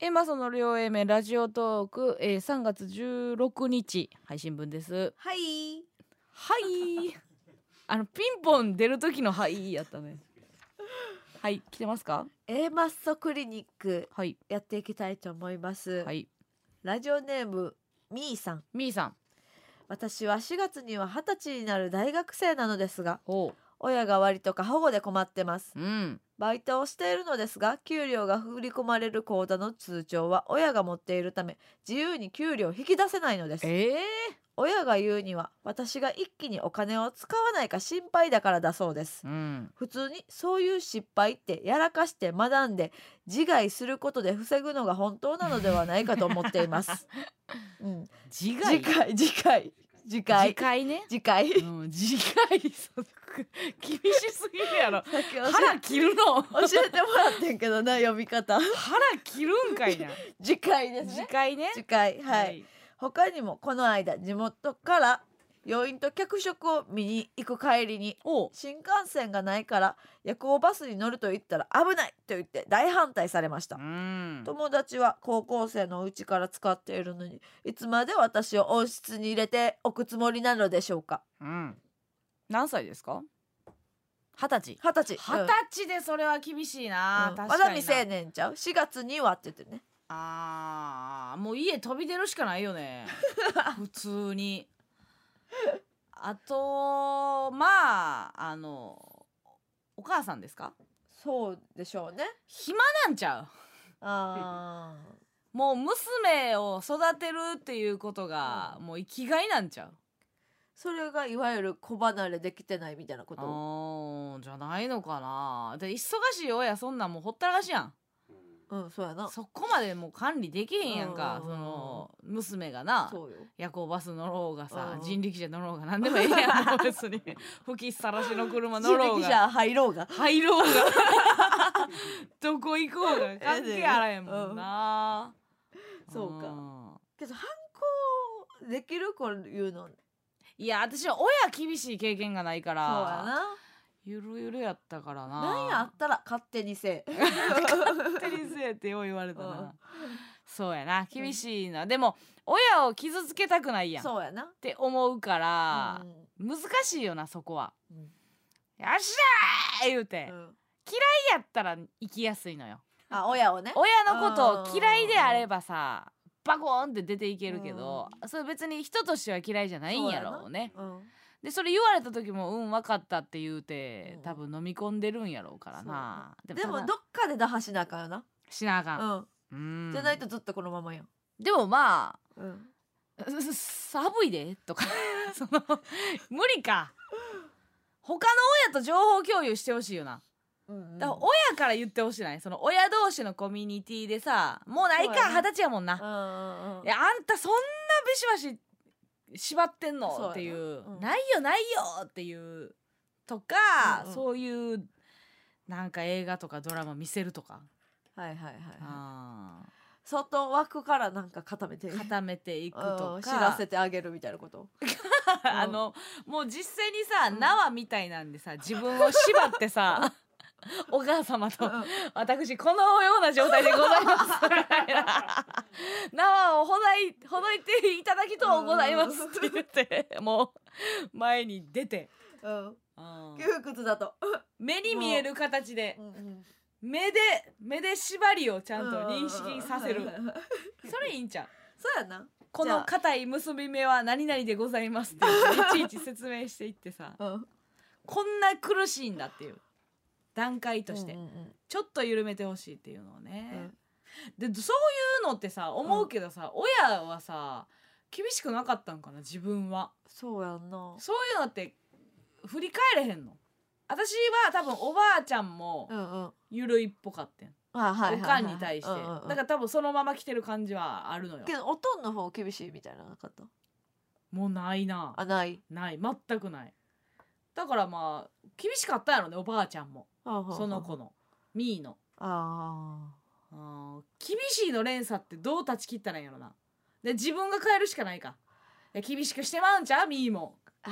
エマソの両 A 面ラジオトーク、えー、3月16日配信分ですはいはい あのピンポン出る時の「はい」やったねはい来てますか A マッソクリニックはいやっていきたいと思います、はいラジオネームみーさんみーさん私は4月には20歳になる大学生なのですがほ親が割と過保護で困ってますううんバイトをしているのですが給料が振り込まれる口座の通帳は親が持っているため自由に給料を引き出せないのですええ親が言うには私が一気にお金を使わないか心配だからだそうですうん普通にそういう失敗ってやらかして学んで自害することで防ぐのが本当なのではないかと思って います。うん、自次害回次回次回回ね次回うん自害そ厳しすぎるやろさっき教腹切るのえ教えてもらってんけどな読み方腹切るんかいな次回です 次ね回ね次回はい、他にもこの間地元から病院と客食を見に行く帰りにおう新幹線がないから夜行バスに乗ると言ったら危ないと言って大反対されましたうん友達は高校生のうちから使っているのにいつまで私を温室に入れておくつもりなのでしょうかうん何歳ですか二十歳二十歳二十歳でそれは厳しいな、うん確まかだに未な成年ちゃう4月にはって言ってねあーもう家飛び出るしかないよ ね普通にあとまああのお母さんですかそうでしょうね暇なんちゃあー うもう娘を育てるっていうことが、もう生きがいなんちゃうそれがいわゆる子離れできてないみたいなこあとーじゃないのかなで忙しい親そんなんもうほったらかしやんうんそうやなそこまでもう管理できへんやんかうんその娘がなそうよ夜行バス乗ろうがさうん人力車乗ろうが何でもええやんもう別 に吹きさらしの車乗ろう自力が車入ろうが入ろうが どこ行こうが関係あらへんもんな、うんそうかんけど反抗できる子いうのそういや私は親厳しい経験がないかやらなゆるゆるやったからななんやあったら勝手に せえ勝手にせえってよう言われたうなんそうやな厳しいな、でも親を傷つけたくないやんっそうやなて思うからう、難しいよなそこはんうん「よっしゃー!」言うて、うんやったら生きやすいのよあ親をね親のことを嫌いであればさバコーンって出ていけるけど、それ別に人としては嫌いじゃないんやろうねうんでそれ言われた時も「うん分かった」って言うて、うん多分飲み込んでるんやろうからなそうでもただどっかで打破しなあかんよなしなあかん、うんうんじゃないとずっとこのままよでもまあうん寒いでとか その無理か他の親と情報共有してほしいよなうんだから親から言ってほしいないその親同士のコミュニティでさもうないそうかやな二十歳やもんな、うんうんいやあんたそんなビシバシ縛ってんそうやのなっていううんないよないよっていうとか、うんうんそういうなんか映画とかドラマ見せるとか、はいはいはいはいあ外枠からなんか固めてー固めていくうとかん知らせてあげるみたいなことあのもう実際にさ、うん縄みたいなんでさ自分を縛って さお母様とうん私このような状態でございますみたいな縄をほどいほどいていただきとうございますって言ってもう前に出てうん窮屈だと目に見える形でうんうん目で目で縛りをちゃんと認識させうるんうんうんうんそれいいんちゃうそうやなこじゃのあ硬い結び目は何々でございますっていういちいち説明していってさうんこんな苦しいんだっていう段階としてうんうんちょっと緩めてほしいっていうのをね、うんでそういうのってさ思うけどさ、親はさ厳しくなかったんかな自分はそうやんなそういうのって振り返れへんの私は多分おばあちゃんもうんうんゆるいっぽかってん、あはいはいはいおかんに対して、うんうんうんだから多分そのまま来てる感じはあるのよけどおとんの方厳しいみたいなのなかったもうないなあないない全くないだからまあ厳しかったやろねおばあちゃんもそその子のみーのああー厳しいの連鎖ってどう断ち切ったらいいんやろなで自分が変えるしかないかいや厳しくしてまうんちゃうみーもあえ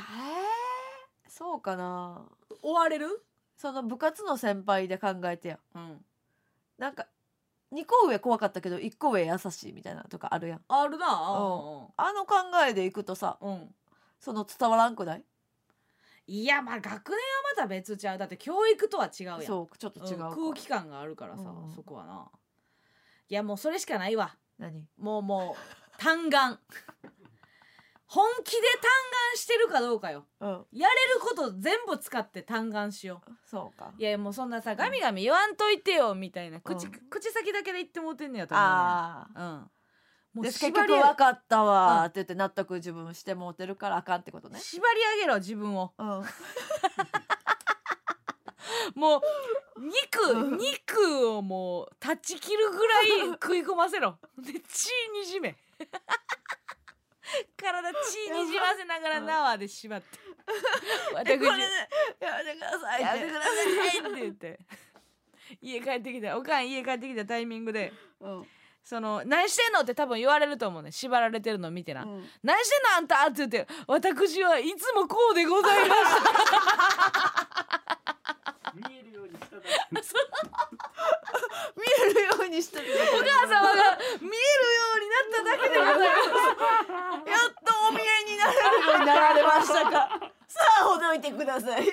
ー、そうかな追われるその部活の先輩で考えてようんなんか2個上怖かったけど1個上優しいみたいなとかあるやんあるなあの考えでいくとさうんうんその伝わらんくないいやまあ学年はまた別ちゃうだって教育とは違うやんそうちょっと違うか、うん空気感があるからさ、うんそこはないやもうそれしかないわ何もうもう 単眼本気で単眼してるかどうかようんやれること全部使って単眼しよそうかういやもうそんなさガミガミ言わんといてよみたいな口,、うん口先だけで言ってもうてんねやと思うねんああうんもうで縛結り上局げ分かったわうんーって言って納得自分してもうてるからあかんってことね縛り上げろ自分を うんもうう肉ん肉をもう断ち切るぐらい食い込ませろ で血にじ め体血にじませながらやば縄で縛ってえ 私これねやめてくださいやっめててくださいって言って 家帰ってきたおかん家帰ってきたタイミングでうんその何してんのって多分言われると思うね縛られてるの見てな、うん何してんのあんたって言って私はいつもこうでございます見えるようにしただけ見えるようにしてるお母様が見えるようになっただけでございやっとお見えになれるようになられましたか さあほどいてくださいます。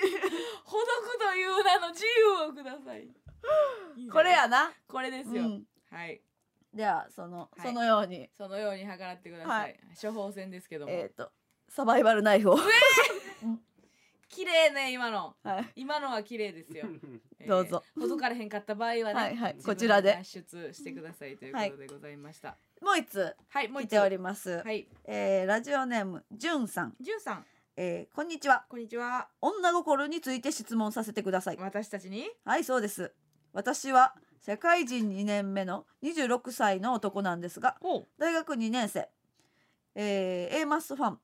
ほどくという名の自由をください。 これやな、これですうよ。ん、はい。ではその、いそのようにそのように計らってください。は処方箋ですけども。えっ、とサバイバルナイフを、綺麗ね今の。はい、今のは綺麗 ですよ。えーどうぞ。ほどからへんかった場合はね、はいはい自分こちらで脱出してくださいということでございました。もう一つはい、もう来一ておつ。ります、はい。えーラジオネームじゅんさん、じゅんさん、えーこんにちはこんにちは。女心について質問させてください私たちに。はいそうです私は社会人2年目の26歳の男なんですがほう。大学2年生、えー、A マストファン、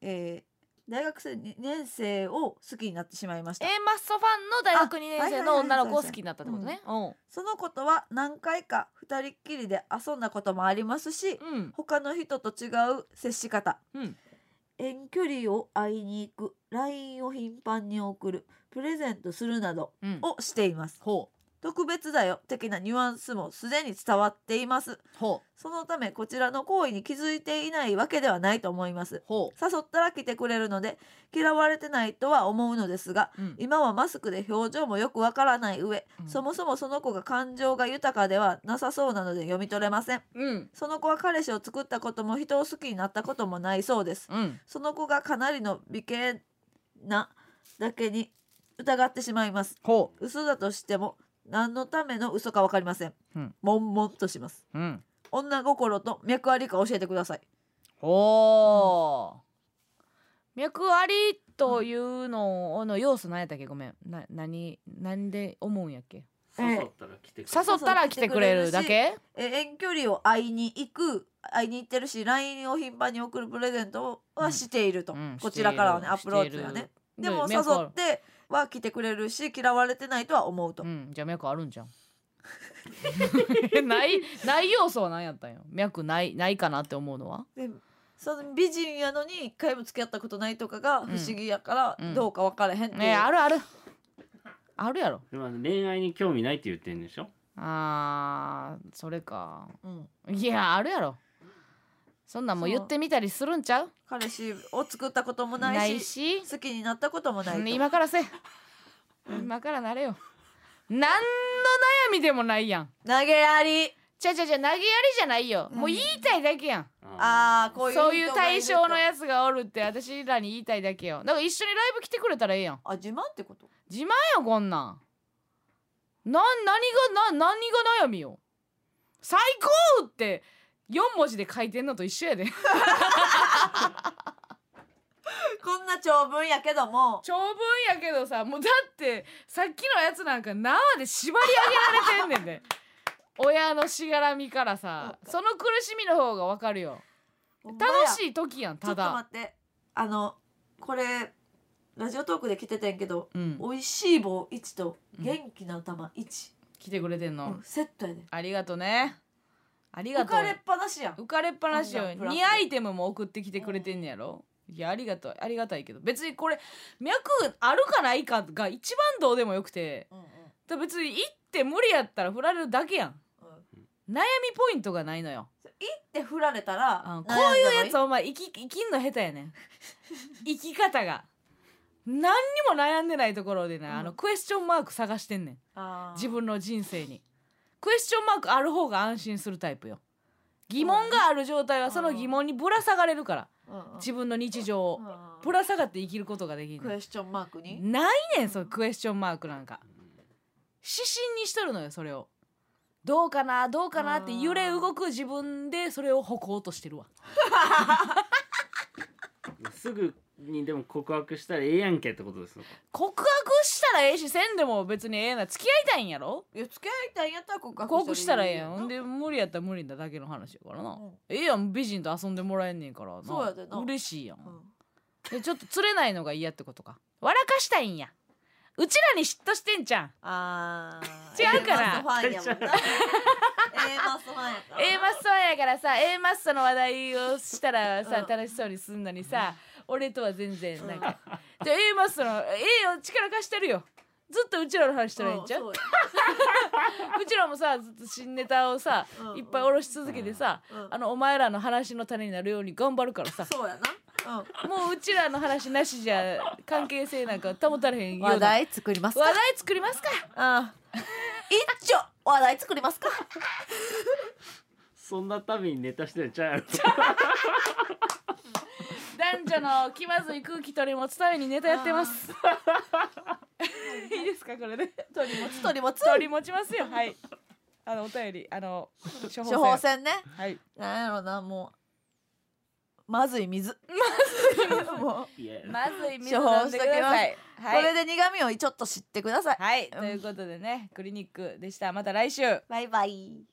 えー、大学生2年生を好きになってしまいました A マッソファンの大学2年生のあはいはいはい女の子を好きになったってことね。うそのことは何回か2人っきりで遊んだこともありますしん。うん。他の人と違う接し方うん。遠距離を会いに行く LINE を頻繁に送るプレゼントするなどうん。をしていますほ特別だよ的なニュアンスもすでに伝わっていますう。ほう。そのためこちらの行為に気づいていないわけではないと思いますほ誘ったら来てくれるので嫌われてないとは思うのですがう。うん。今はマスクで表情もよくわからない上、うんそもそもその子が感情が豊かではなさそうなので読み取れませんうん。その子は彼氏を作ったことも人を好きになったこともないそうですうん。その子がかなりの美形なだけに疑ってしまいますほ嘘だとしても何のための嘘かわかりません、うん悶々としますう。うん。女心と脈ありか教えてくださいほう。脈ありというのの要素なんやったっけごめんな何何で思うんやっけ誘ったら来てくれ誘るったら来てくれるだけえー遠距離を会いに行く会いに行ってるし LINE を頻繁に送るプレゼントうはんしていると、うんこちらからはねしているアプローチがしてねいるでも誘脈あっるては来てくれるし嫌われてないとは思うと、うんじゃあ脈あるん じゃんないない要素は何やったんよ脈ないないかなって思うのはでその美人やのに一回も付き合ったことないとかが不思議やからうんどうか分からへんっていう、ねえあるあるあるやろでもあの恋愛に興味ないって言ってんでしょあーそれかうんいやあるやろそんなんもう言ってみたりするんちゃう彼氏を作ったこともないしないし好きになったこともないと今からせ今からなれよ何の悩みでもないやん投げやりじゃじゃじゃ投げやりじゃないよ、うんもう言いたいだけやんあーこういう人そがういいるうと対象のやつがおるって私らに言いたいだけよだから一緒にライブ来てくれたらええやんあ自慢ってこと 自慢よこんなんなん何がな何が悩みよ最高って4文字で書いてんのと一緒やで こんな長文やけども長文やけどさもうだってさっきのやつなんか縄で縛り上げられてんねんで 親のしがらみからさその苦しみの方がわかるよ楽しいい時やんちょたっと待だってあのこれラジオトークで来ててんけどうん美味しい棒1と元気な玉1、来てくれてんの、うんセットやでありがとねありが浮とうかれっぱなしやん浮かれっぱなしよこんなんプラス2アイテムも送ってきてくれてんねやろ、いやありがとうありがたいけど別にこれ脈あるかないかが一番どうでもよくてうんうんだ別に行って無理やったら振られるだけやんうん悩みポイントがないのよ、で振られたらうんこ悩んだのういうやつお前生き生きんの下手やねん生き方が何にも悩んでないところでね、うんあのクエスチョンマーク探してんねんあー自分の人生にクエスチョンマークある方が安心するタイプよ疑問がある状態はその疑問にぶら下がれるからうんうん自分の日常をうんぶら下がって生きることができるクエスチョンマークにないねんそのクエスチョンマークなんか指針にしとるのよそれをどうかなどうかなって揺れ動く自分でそれを歩こうとしてるわすぐにでも告白したらええやんけってことですのか告白したらええしせんでも別にええな付き合いたいんやろいや付き合いたいんやったら告白告白したらええやんなほんで無理やったら無理だだけの話やからな、うんええやん美人と遊んでもらえんねんからなそうやでな嬉しいやん、うんでちょっと釣れないのが嫌ってことか笑かしたいんやうちらに嫉妬してんじゃんあー 違うから A マッソファンやもん な A マッソファンやから A マッソやからさ A マッソの話題をしたらさ、うん楽しそうにすんのにさ俺とは全然なんか、で A マッソの A を力貸してるよずっとうちらの話してないんちゃううんうそうやちらもさずっと新ネタをさうんいっぱい下ろし続けてさ、うんあのお前らの話の種になるように頑張るからさそうやなうんもううちらの話なしじゃ関係性なんか保たれへんような話題作りますか話題作りますかうん一丁話題作りますかそんなためにネタしてるんちゃうや ろ男女の気まずい空気取り持つためにネタやってます いいですかこれで取り持つ取り持つ取り持ちます よはいあのお便りあの処方箋処方箋ねはいなんやろなもうまずい水 もいやいやまずい水飲んでくださいこはいれで苦味をちょっと知ってくださいはいということでねクリニックでしたまた来週バイバイ